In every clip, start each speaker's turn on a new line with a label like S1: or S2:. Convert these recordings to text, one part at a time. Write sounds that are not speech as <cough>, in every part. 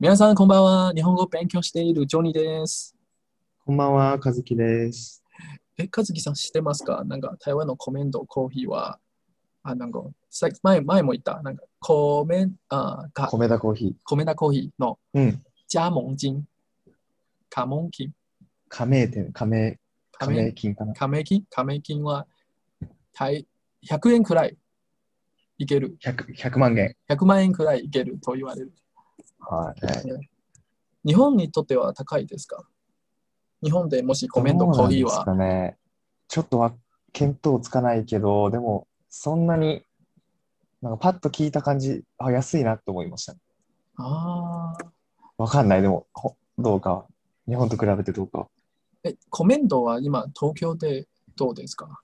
S1: 皆さん、こんばんは。日本語を勉強しているジョニーです。
S2: こんばんは、和樹です。
S1: え、和樹さん知ってますかなんか、台湾のコメント、コーヒーは、あ、なんか、さ前前も言った、なんか、コメン、あ、か
S2: 米田コーヒ
S1: コメダコーヒーの
S2: ー。うん。
S1: 加盟金、加盟金、
S2: 加盟店、加盟、
S1: 加
S2: 加
S1: 盟
S2: 盟金かな。
S1: 加盟金、加盟金は、台100円くらいいける。
S2: 100, 100万元。
S1: 100万円くらいいけると言われる。
S2: はい。
S1: 日本にとっては高いですか日本でもしコメント、コ
S2: ど
S1: ー
S2: うなん
S1: ヒー
S2: です
S1: は
S2: かね。ちょっとは、見当つかないけど、でも、そんなに、なんかパッと聞いた感じ、あ、安いなと思いました。
S1: ああ。
S2: わかんない、でも、ほどうかは。日本と比べてどうかは。
S1: え、コメントは今、東京でどうですか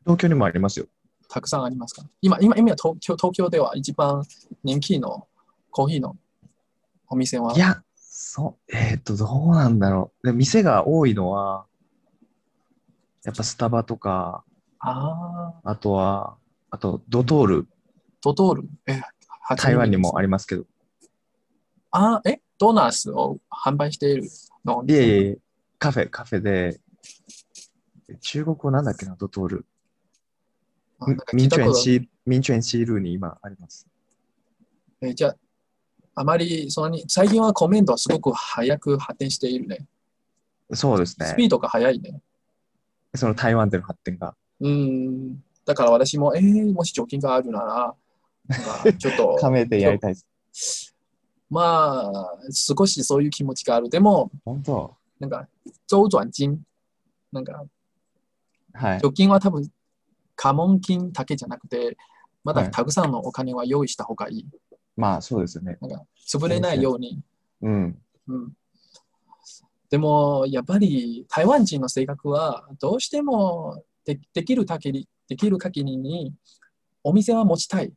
S2: 東京にもありますよ。
S1: たくさんありますか今、今、今東京、東京では一番人気のコーヒーのお店はい
S2: や、そう、えっ、と、どうなんだろう。で店が多いのは、やっぱスタバとか、
S1: ああ、
S2: あとは、あと、ドトール、
S1: ドトール。え、
S2: 台湾にもあ
S1: り
S2: りますけど、
S1: あーえ、ドーナツを販売しているの
S2: いえいえ、カフェ、カフェで、中国語なんだっけな、ドトール。
S1: あなんか聞
S2: 民
S1: いた
S2: 主
S1: こ
S2: 園
S1: と
S2: シー、民主園シールーに今あります。
S1: えじゃあ、あまり、そんなに、最近はコメントはすごく早く発展しているね。
S2: そうです
S1: スピ
S2: ね。
S1: ードが速いね。
S2: その台湾での発展が。
S1: うん。だから私も、えー、もし貯金があるなら、なんかちょっ
S2: <laughs>
S1: と。
S2: 加盟店やりたいです。
S1: まあ、少しそういう気持ちがある。でも、
S2: 本当
S1: なんか、周转金、なんか、
S2: はい。
S1: 貯金は多分、家門金だけじゃなくて、ま
S2: は
S1: だ
S2: い
S1: たくさんのお金は用意した方がいい。
S2: まあ、そうですよね。
S1: なんか、潰れないように。
S2: うん。
S1: うん。でも、やっぱり、台湾人の性格は、どうしてもでできる限り、できる限りに、お店は持ちたい。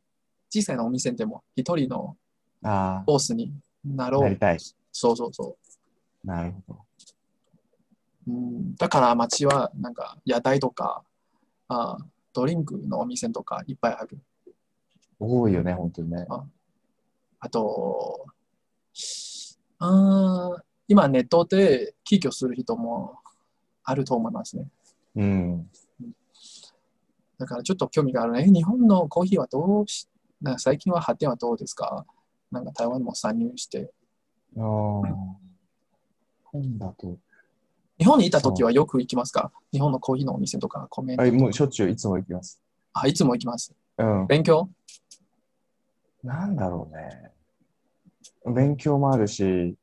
S1: 小さなお店でも、一人の
S2: あ
S1: ボスにな
S2: あ、
S1: ろ
S2: なり
S1: う。
S2: たい。
S1: そうそうそう。
S2: なるほど。
S1: うん、だから街はなんか屋台とかあドリンクのお店とかいっぱいある。
S2: 多いよね、本当にね。
S1: あと、あー今ネットで起業する人もあると思いますね。
S2: うん。
S1: だからちょっと興味があるね。日本のコーヒーはどうし、なんか最近は発展はどうですかなんか台湾も参入して。
S2: ああ。今だと。
S1: 日本にいた時はよく行きますか日本のコーヒーのお店とかコメント
S2: あ
S1: とか
S2: もうしょっちゅういつも行きます。
S1: あ、いつも行きます。
S2: うん。
S1: 勉強
S2: なんだろうね。勉強もあるし、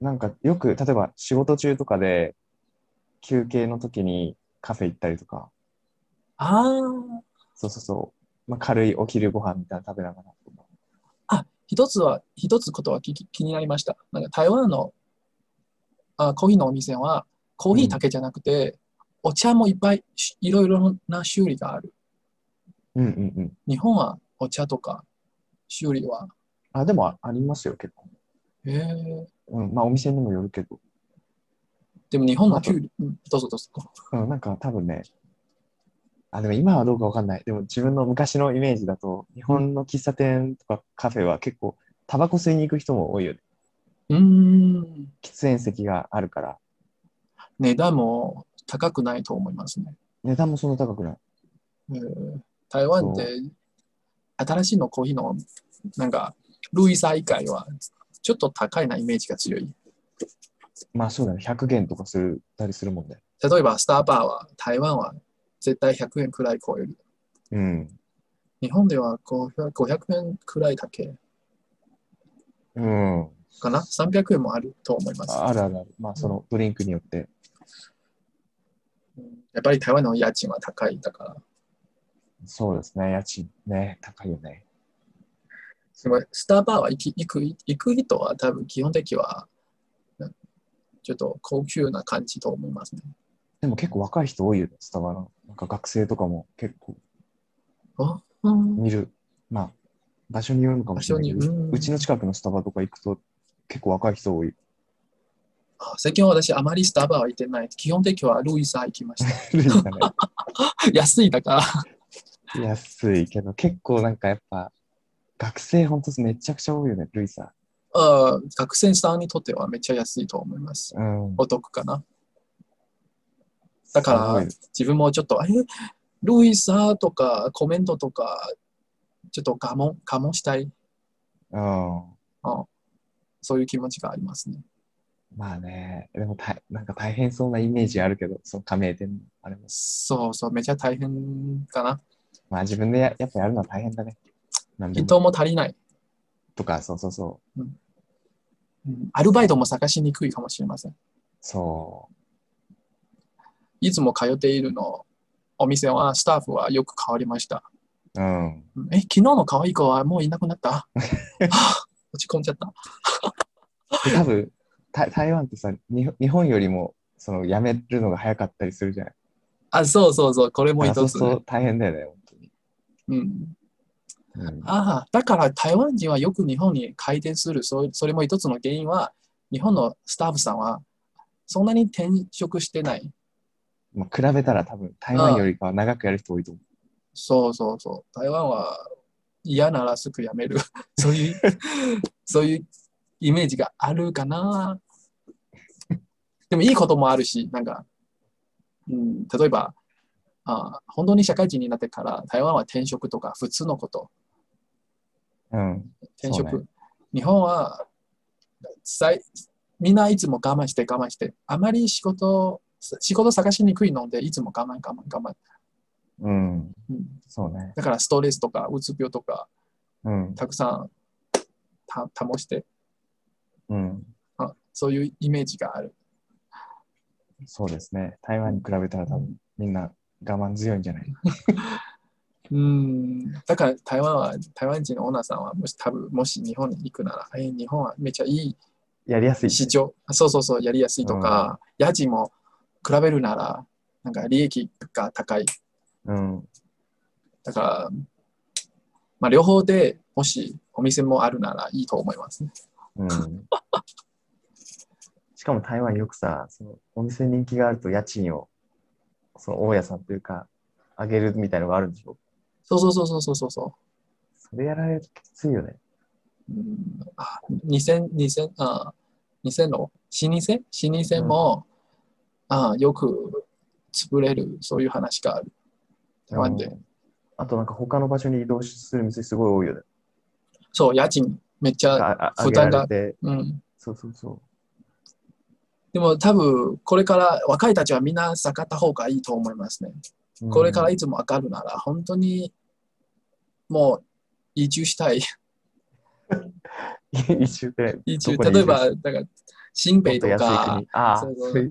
S2: なんかよく、例えば仕事中とかで休憩の時にカフェ行ったりとか、
S1: ああ。
S2: そうそうそう、まあ、軽いお昼ご飯みたいなの食べながらとか。
S1: あ、一つは、一つことは気気になりました。なんか台湾のあコーヒーのお店は、コーヒーだけじゃなくて、お茶もいっぱいしいろいろな種類がある。
S2: うんうんうん。
S1: 日本はお茶とか種類は。
S2: あ、でもあありますよ、結構。
S1: へえ
S2: うん、まあお店にもよるけど、
S1: でも日本の
S2: あと
S1: キュウリ、うん、どうぞどうぞ。
S2: うん、なんか多分ね、あ、でも今はどうかわかんない。でも自分の昔のイメージだと、日本の喫茶店とかカフェは結構、タバコ吸いに行く人も多いよね。
S1: うーん、
S2: 喫煙席があるから。
S1: 値段も高くないと思いますね。
S2: 値段もそんな高くない。
S1: えー台湾って新しいのコーヒーのなんかルイサ以外はちょっと高いなイメージが強い。
S2: まあそうだね。100元とかするたりするもんね。
S1: 例えばスターバーは台湾は絶対100円くらい超える。
S2: うん。
S1: 日本では500 500円くらいだけ
S2: うん。
S1: かな ?300 円もあると思います。
S2: ああるあるある。まあそのドリンクによって。
S1: うんやっぱり台湾の家賃は高いだから。
S2: そうですね。家賃ね。高いよね。
S1: すごいスターバーは行き行く行く人は多分基本的にはうんちょっと高級な感じと思いますね。
S2: でも結構若い人多いよね。スタバの。なんか学生とかも結構
S1: あうん
S2: 見る。まあ場所によるのかも
S1: 場
S2: しれ
S1: 所
S2: ない
S1: に、
S2: けど。
S1: うん
S2: うちの近くのスタバとか行くと結構若い人多い。 <laughs>
S1: あ最近は私あまりスターバーは行ってない。基本的にはルイサ行きました。 <laughs>
S2: 古いんだね
S1: 安いだから。
S2: 安いけど結構なんかやっぱ学生ほんとめちゃくちゃ多いよね、ルイさ
S1: あー学生さんにとってはめっちゃ安いと思います。
S2: ん。うん。
S1: お得かな。だから
S2: すごいです
S1: 自分もちょっと、え、ルイサーとかコメントとか、ちょっと我慢、我慢したい。
S2: うん。
S1: そういう気持ちがありますね。
S2: まあね、でもた、なんか大変そうなイメージあるけど、その加盟店のあれも。
S1: そうそう、めちゃ大変かな。
S2: まあ自分でややっぱやるのは大変だね。なんで
S1: 人
S2: も。
S1: も足りない。
S2: とか、そうそうそう。
S1: うんアルバイトも探しにくいかもしれません。
S2: そ
S1: いつも通っているのお店はスタッフはよく変わりました。
S2: う。うん。
S1: うんえ、昨日の可愛い子はもういなくなった <laughs> はあ落ち込んじゃった。
S2: で
S1: <laughs>
S2: 多分た台湾ってさ日本、日本よりもその辞めるのが早かったりするじゃない。
S1: あ、そうそうそう、これも
S2: だから
S1: 一
S2: そ
S1: つ
S2: うす。ると大変だよね、本当に。
S1: うん、
S2: うん、
S1: ああ、だから台湾人はよく日本に回転する。そうそれも一つの原因は、日本のスタッフさんはそんなに転職してない。
S2: まあ、比べたら多分台湾よりかは長くやる人多いと思
S1: そうそうそう。台湾は嫌ならすぐ辞める。 <laughs> そういう、そういうイメージがあるかな。でもいいこともあるし、なんか、うん、例えばあ、本当に社会人になってから台湾は転職とか普通のこと。
S2: う。うん。
S1: 転職。
S2: そう
S1: 日本はさいみんないつも我慢して我慢して、あまり仕事、仕事探しにくいので、いつも我慢我慢我慢。
S2: うん。
S1: うん、
S2: そうね。
S1: だからストレスとかうつ病とか
S2: うん。
S1: たくさんた保して
S2: うん。
S1: あそういうイメージがある
S2: そうですね。台湾に比べたら多分みんな我慢強いんじゃない
S1: うんだから台湾は台湾人のオーナーさんはもし多分もし日本に行くならえ日本はめっちゃいい
S2: やりやすい。
S1: 市場あそうそうそうやりやすいとか、家賃も比べるならなんか利益が高い
S2: うん。
S1: だから、まあ、両方でもしお店もあるならいいと思いますね
S2: うん。しかも台湾よくさ、そのお店人気があると家賃を、その大家さんというか、上げるみたいのがあるんでしょ
S1: そうそうそうそうそうそうそう
S2: それやられるときついよね。
S1: うんあ2000、2000、あ2000の老舗老舗も、あよく潰れる、そういう話がある。台湾で
S2: う。んあとなんか他の場所に移動する店すごい多いよね。
S1: そう、家賃めっちゃ、
S2: ああ
S1: 負
S2: 上げ
S1: 担が
S2: られて。
S1: うん。
S2: そうそうそ
S1: でも多分、これから若いたちはみんな下がった方がいいと思いますね。
S2: う。
S1: これから
S2: うん
S1: いつも上がるなら、本当に、もう、移住したい。
S2: 一周くらい。
S1: 移
S2: ど
S1: 住、
S2: こに
S1: 例えば、
S2: 移
S1: だから、新
S2: 住
S1: 北
S2: す
S1: と
S2: るもっ安い
S1: か、
S2: 国。ああ、
S1: そうそう
S2: そういう引っ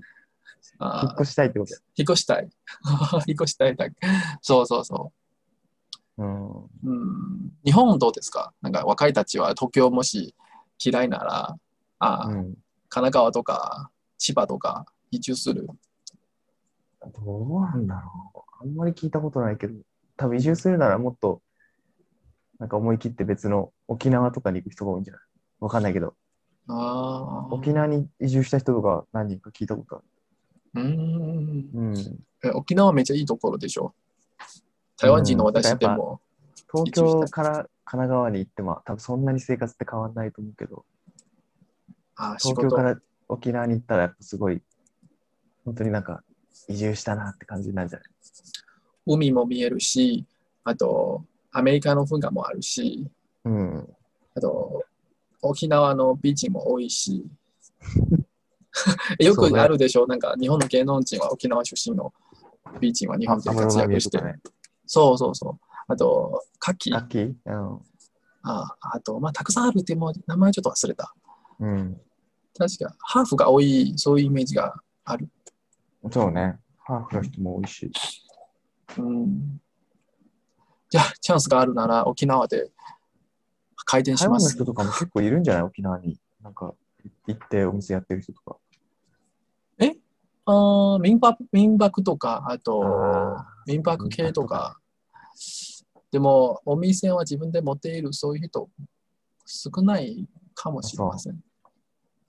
S1: あ
S2: 越したいってこと
S1: 引っ越したい。 <laughs> 引っ越したいだけ。そうそうそう。
S2: うん。
S1: うん日本どうですかなんか若いたちは東京もし嫌いなら、あー
S2: うん
S1: 神奈川とか千葉とか移住する。
S2: どうなんだろう。あんまり聞いたことないけど、多分移住するならもっと、なんか思い切って別の沖縄とかに行く人が多いんじゃないわかんないけど、
S1: あー
S2: 沖縄に移住した人とか何人か聞いたことあ
S1: うん
S2: る。うん。
S1: え沖縄めっちゃいいところでしょ。台湾人の私でも。
S2: 東京から神奈川に行っても、多分そんなに生活って変わんないと思うけど、
S1: あー仕
S2: 東京か
S1: 事。
S2: ら沖縄に行ったら、やっぱすごい、本当になんか移住したなって感じになるんじゃない
S1: 海も見えるし、あとアメリカの文化もあるし、
S2: うん。
S1: あと沖縄のビーチも多いし。 <laughs> よくあるでしょ。なんか日本の芸能人は沖縄出身のビーチは日本で活躍して
S2: 安室。奈美恵と
S1: そうそうそう。あと、カキ、
S2: か
S1: あ
S2: ね。キー
S1: あと、まあ、たくさんあるって、もう名前ちょっと忘れた。
S2: うん。
S1: 確か、ハーフが多い、そういうイメージが。
S2: うん。そうね。ハーフの人も多いし。
S1: うん。じゃあ、チャンスがあるなら、沖縄で開店し
S2: 台
S1: ま
S2: 湾の
S1: す
S2: 人。とかも結構いるんじゃない沖縄に。なんか、行ってお店やってる人とか。
S1: あー民泊、民泊とか、あと
S2: あ、
S1: 民泊系とか。でも、お店は自分で持っている、そういう人、少ないかもしれません。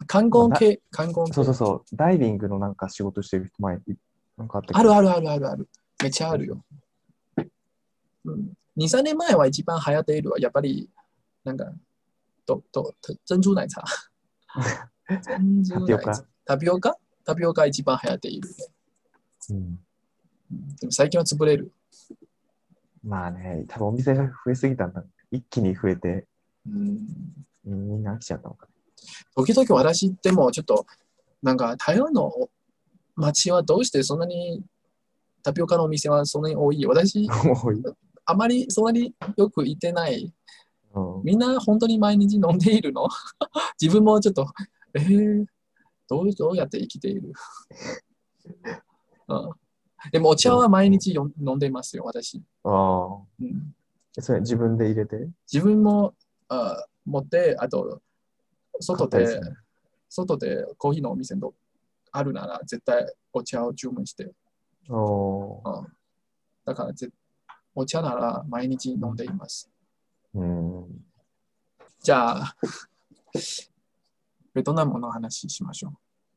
S1: 観光系、観光系。
S2: そうそうそう。ダイビングのなんか仕事してる人前に、なんかあったけど
S1: あるあるあるあるある。めっちゃあるよ。うん、2、3年前は一番流行っているはやっぱりなんか、と、と、と珍珠 <laughs> 奶茶。珍珠
S2: タピオ
S1: 奶茶
S2: カ。
S1: タピオカタピオカ一番流行っているね、
S2: うん。
S1: うんでも最近は潰れる。
S2: まあね、多分お店が増えすぎたんだ。一気に増えて、
S1: うん、
S2: うんみんな飽きちゃったのか
S1: 時々私でもちょっと、なんか台湾の街はどうしてそんなにタピオカのお店はそんなに多い私、
S2: な。多い。
S1: あまりそんなによく行ってない。
S2: うん
S1: みんな本当に毎日飲んでいるの <laughs> 自分もちょっと、えー、どうどうやって生きている、うん、でもお茶は毎日よ飲んでますよ、私。
S2: あ
S1: うん、
S2: あ。それ自分で入れて
S1: 自分もあ持って、あと、外
S2: 買ったりす
S1: で
S2: る、の
S1: 外でコーヒーのお店のあるなら、絶対お茶を注文して。
S2: おー
S1: だからぜ、お茶なら毎日飲んでいます。
S2: うん。
S1: じゃあ、 <laughs> ベトナムの話しましょ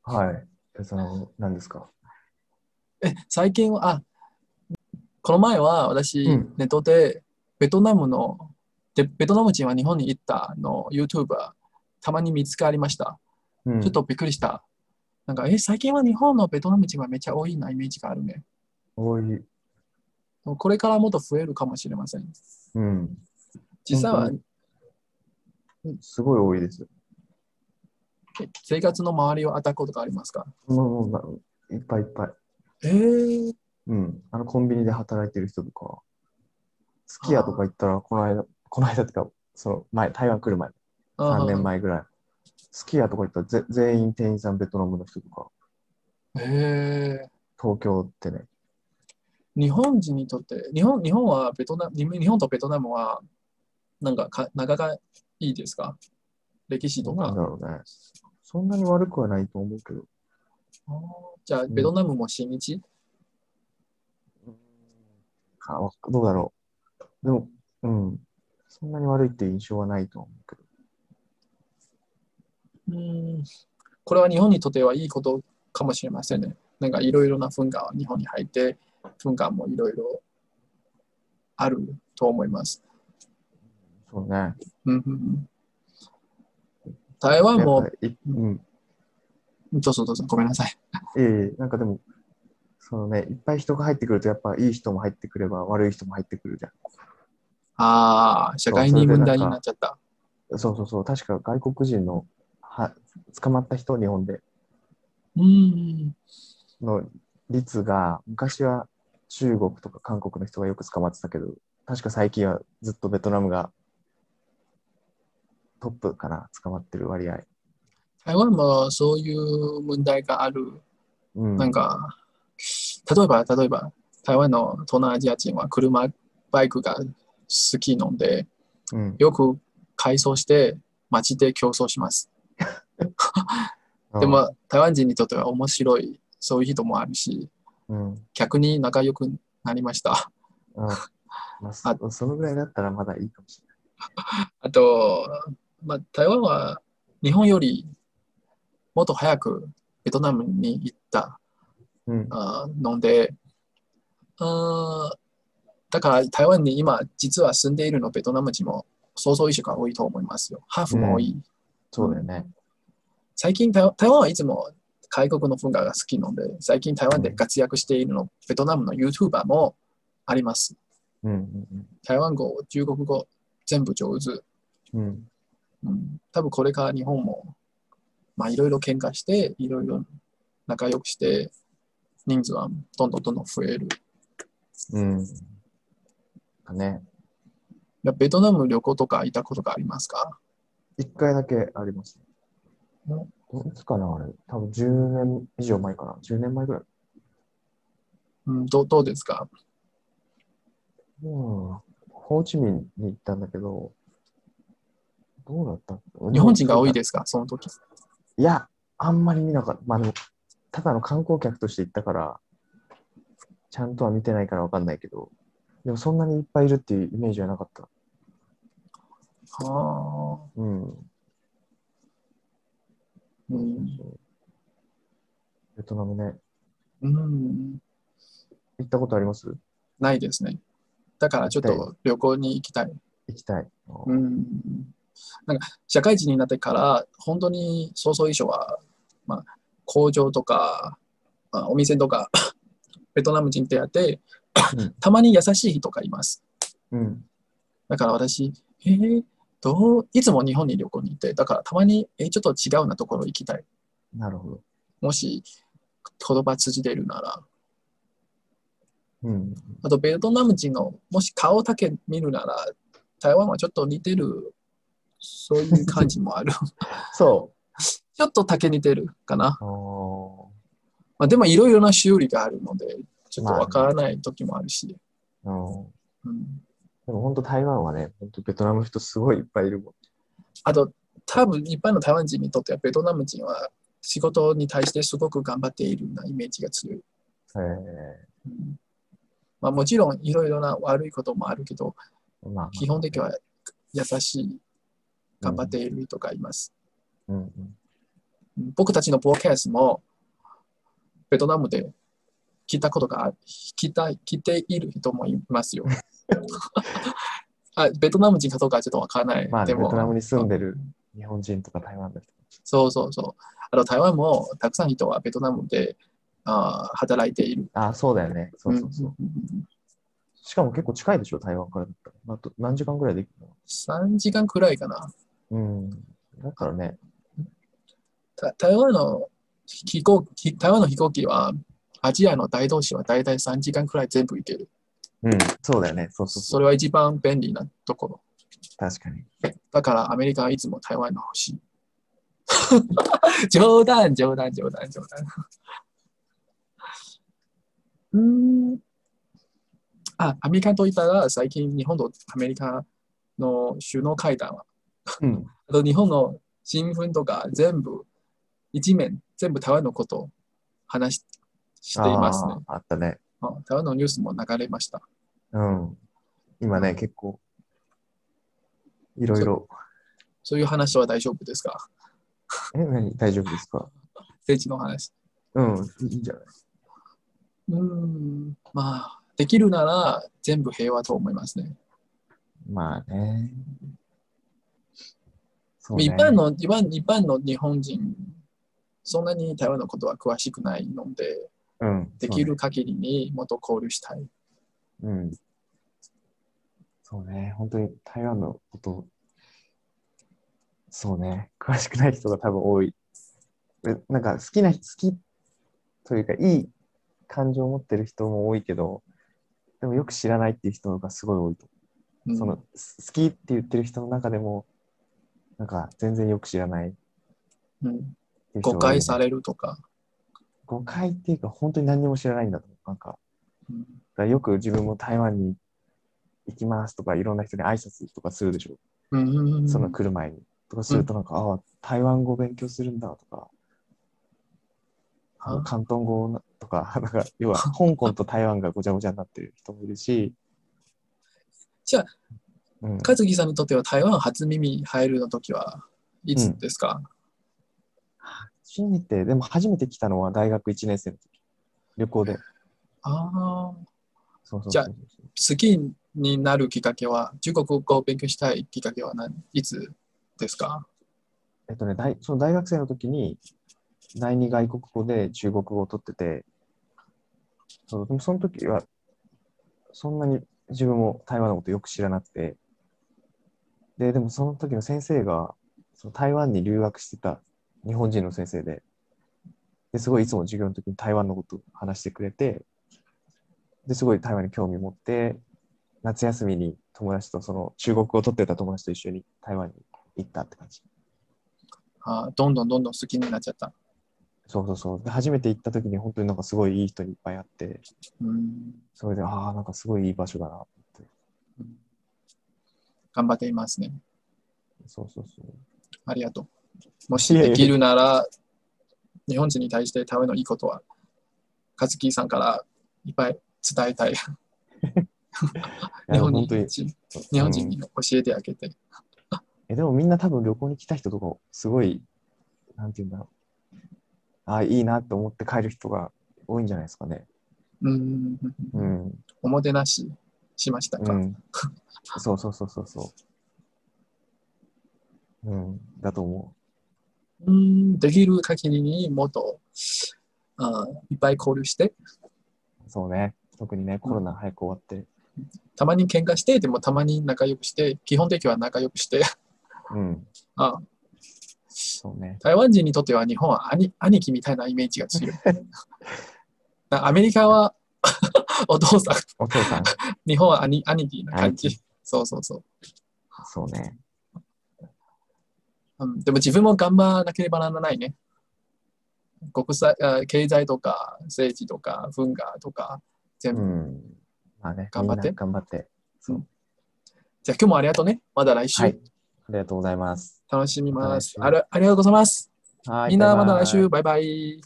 S1: う。
S2: はい。でその、何ですか
S1: え、最近は、あ、この前は私
S2: うん、
S1: ネットでベトナムの、でベトナム人は日本に行ったの YouTuber、たまに見つかりました。
S2: ち
S1: ちょっ、とびっくりした。なんか、え、最近は日本のベトナム人はめっちゃ多いなイメージがあるね。
S2: 多い。
S1: これからもっと増えるかもしれません。
S2: うん。
S1: 実際は
S2: 本すごい多いです。
S1: え生活の周りを当たることがありますか
S2: もう、もう、いっぱいいっぱい。
S1: えー、
S2: うん。あの、コンビニで働いてる人とか、すき家とか行ったら、この間、この間とか、その前、台湾来る前、3年前ぐらい。すき家とか行ったらぜ、全員店員さんベトナムの人とか、
S1: 前。えー
S2: 東京ってね、
S1: 日本人にとって、日本日本はベトナム、日日本とベトナムは、なんかか、仲がいいですか歴史
S2: ど
S1: と
S2: うなん
S1: か。
S2: だろうね。そんなに悪くはないと思うけど。
S1: あーじゃあ、
S2: ん
S1: ベトナムも親日
S2: かわどうだろう。でも、うん。そんなに悪いっていう印象はないと思うけ
S1: うん。これは日本にとってはいいことかもしれませんね。なんか、いろいろな文化は日本に入って、文化もいろいろあると思います。
S2: ど。そうね。
S1: うんうんうん、台湾
S2: や
S1: も
S2: っぱ、りいうん。
S1: どうぞどうぞ、ごめんなさい。
S2: いえいえ、なんかでも、そのね、いっぱい人が入ってくると、やっぱいい人も入ってくれば悪い人も入ってくるじゃ
S1: ああ、社会に問題になっちゃった。
S2: ん。そうそうそう。確か外国人の、は、捕まった人、日本で、
S1: うん。
S2: の率が、昔は中国とか韓国の人がよく捕まってたけど、確か最近はずっとベトナムがトップかな、捕まってる割合。
S1: 台湾もそういう問題がある。
S2: うん、
S1: なんか、例えば、例えば、台湾の東南アジア人は車、バイクが好きなので、
S2: うん、
S1: よく改装して街で競争します。でも、台湾人にとっては面白い、そういう人もあるし、
S2: うん、うん
S1: 逆に仲良くなりました。
S2: まあそ、そのぐらいだったらまだいいかもしれ
S1: あと、まあ、台湾は日本よりもっと早くベトナムに行った。
S2: ない。うん、
S1: あーので、あーだから台湾に今実は住んでいるのベトナム人も想像意識が多いと思いますよ。ハーフも多い。
S2: そうだよね。
S1: 最近台台湾はいつも外国の文化が好きなので、最近台湾で活躍しているの、ベトナムの YouTuber もあります。
S2: うん、うん
S1: 台湾語、中国語、全部上手。
S2: うん、うん。
S1: うん、多分これから日本も、まあ、いろいろ喧嘩して、いろいろ仲良くして、人数はどんどんどんどん増える。
S2: うん。だね。
S1: いやベトナム旅行とか行ったことがありますか
S2: 一回だけありますね
S1: ん。
S2: いつかなあれ。多分10年以上前かな。10年前ぐらい。
S1: うん、どうどうですか
S2: うん。ホーチミンに行ったんだけど、どうだった
S1: 日本人が多いですかその時。
S2: いや、あんまり見なかった。まあでも、ただの観光客として行ったから、ちゃんとは見てないからわかんないけど、でもそんなにいっぱいいるっていうイメージはなかった。
S1: あー
S2: うん。
S1: うん
S2: ベトナムね。
S1: うん、
S2: 行ったことあります
S1: ないですね。だからちょっと旅行に行きたい。
S2: 行きたい。
S1: うん、なんか社会人になってから本当に想像以上は、まあ、工場とか、まあ、お店とか <coughs> ベトナム人とやって
S2: うん
S1: <coughs> たまに優しい人がいます
S2: うん。
S1: だから私えー、どういつも日本に旅行に行ってだからたまに、えーちょっと違うなところ行きたい
S2: なるほど。
S1: もし言葉通じてるなら
S2: うん。
S1: あとベトナム人のもし顔だけ見るなら台湾はちょっと似てるそういう感じもある <laughs>
S2: そ
S1: ちょっとだけ似てるかな
S2: う。お
S1: まあ、でもいろいろな修理があるので、ちょっと
S2: まあね
S1: わからない時もあるし。
S2: ーうん
S1: うん、
S2: でも本当台湾はね、本当ベトナム人すごいいっぱいいるもん。
S1: あと、多分一般の台湾人にとってはベトナム人は仕事に対してすごく頑張っているようなイメージが強い。
S2: え
S1: うんまあ、もちろんいろいろな悪いこともあるけど、
S2: ーまあまあ、
S1: 基本的には優しい、頑張っている人がいます。
S2: うんうん。
S1: うん僕たちのポーキャストもベトナムで聞いたことがあ聞いた聞いている人もいます
S2: <laughs>
S1: よ。あベトナム人かどうかはちょっとわからない。
S2: まあね、
S1: で
S2: ベトナム
S1: も、
S2: に住んでる日本人とか台湾の人。
S1: そうそうそう。あの台湾もたくさん人はベトナムであー働いている。
S2: あ、そうだよね。そうそうそう。
S1: うんうんうん
S2: しかも結構近いでしょ、台湾からだったら。まあと何時間ぐらいで行く
S1: 3時間くらいかな。
S2: のうん。だからね、
S1: た台湾の飛行機台湾の飛行機はアジアの大都市は大体3時間くらい全部行ける。
S2: うん、そうだよね。そうそうそ。
S1: そうれは一番便利なところ。
S2: 確かに。
S1: だからアメリカはいつも台湾が欲しい。 <laughs> 冗談、冗談、冗談、冗談。うーん。あ、アメリカといったら最近日本とアメリカの首脳会談は、
S2: うん。
S1: あと日本の新聞とか全部、一面、全部台湾のことを話ししていますね。
S2: あーあったね。
S1: あ台湾のニュースも流れました。
S2: うん。今ね、結構、いろいろ。
S1: そういう話は大丈夫ですか
S2: え、何大丈夫ですか
S1: 政治の話。
S2: うん、いいんじゃないう
S1: ーん、まあ、できるなら全部平和と思いますね。
S2: まあね。そうね
S1: 一般の一般一般の日本人、そんなに台湾のことは詳しくないので、
S2: うん、
S1: できる限りにもっと考慮したい。
S2: そうね。うん。そうね、本当に台湾のこと、そうね、詳しくない人が多分多い。えなんか好きな人、好きというか、いい感情を持ってる人も多いけど、でもよく知らないっていう人がすごい多いと
S1: うん
S2: そのす好きって言ってる人の中でも、なんか全然よく知らないって
S1: うん
S2: いう人
S1: 誤
S2: が多いね
S1: 解されるとか、
S2: 誤解っていうか、本当に何にも知らないんだと思う。なんか、
S1: うん
S2: だからよく自分も台湾に行きますとか、いろんな人に挨拶とかするでしょ。
S1: うんうんうん
S2: その来る前に。とかすると、なんか、ああ、台湾語勉強するんだとか、
S1: あ
S2: 広東語なとか、 <laughs> なんか、
S1: <laughs>
S2: 要は香港と台湾がごちゃごちゃになってる人もいるし、
S1: じゃあ、
S2: うん、
S1: 和樹さんにとっては台湾初耳入るの時はいつですか、
S2: 初めて、でも初めて来たのは大学1年生の時。旅行で。
S1: ああ
S2: そうそう
S1: じ
S2: そ
S1: ゃ
S2: う
S1: あ好きになるきっかけは、中国語を勉強したいきっかけは何いつですか
S2: えっとね、大その大学生の時に第二外国語で中国語を取ってて、そうでもその時はそんなに自分も台湾のことよく知らなくて、で、でもその時の先生がその台湾に留学してた日本人の先生で、ですごいいつも授業の時に台湾のことを話してくれて、ですごい台湾に興味持って、夏休みに友達とその中国語を取ってた友達と一緒に台湾に行ったって感じ。
S1: あーどんどんどんどん好きになっちゃった。
S2: そうそうそう。で初めて行った時に本当になんかすごいいい人にいっぱいあって、
S1: うん
S2: それで、ああ、なんかすごいいい場所だなって。
S1: 頑張っていますね。
S2: そうそうそう。
S1: ありがとう。もしできるなら、日本人に対して台湾のいいことは、和樹さんからいっぱい伝えたい。
S2: い
S1: 日
S2: や
S1: 本
S2: 本
S1: 人
S2: 当に。
S1: 日本人
S2: うん
S1: に教えてあげて。
S2: え、でもみんな多分旅行に来た人とか、すごい、なんて言うんだろう。ああ、いいなって思って帰る人が多いんじゃないですかね。
S1: うん、
S2: うん。
S1: おもてなししました
S2: う
S1: か、
S2: ん。そうそうそうそうそう。うん、だと思
S1: うん、できる限りにもっとあいっぱい交流して、
S2: う。そうね。特にね、コロナ早く終わって。
S1: たまに喧嘩して、でもたまに仲良くして、基本的には仲良くして、
S2: うん、
S1: あ
S2: そうね。
S1: 台湾人にとっては日本は兄兄貴みたいなイメージが
S2: <laughs>
S1: 強い。なアメリカは <laughs> お父さん、
S2: お父さん、
S1: 日本は兄兄貴な感じ。そうそうそう。
S2: そうね。
S1: うん、でも自分も頑張らなければならないね。国際、あ経済とか政治とか文化とか全
S2: う
S1: 部。
S2: ん。まあね、
S1: 頑張って
S2: みんな頑張って。
S1: じゃあ今日もありがとうね。まだ来週、
S2: はい。ありがとうございます。
S1: 楽しみます。
S2: ま
S1: あ
S2: た来週
S1: らありがとうございます。
S2: はい。
S1: みんな
S2: バイ
S1: ま
S2: バイ
S1: た来週。バイバイ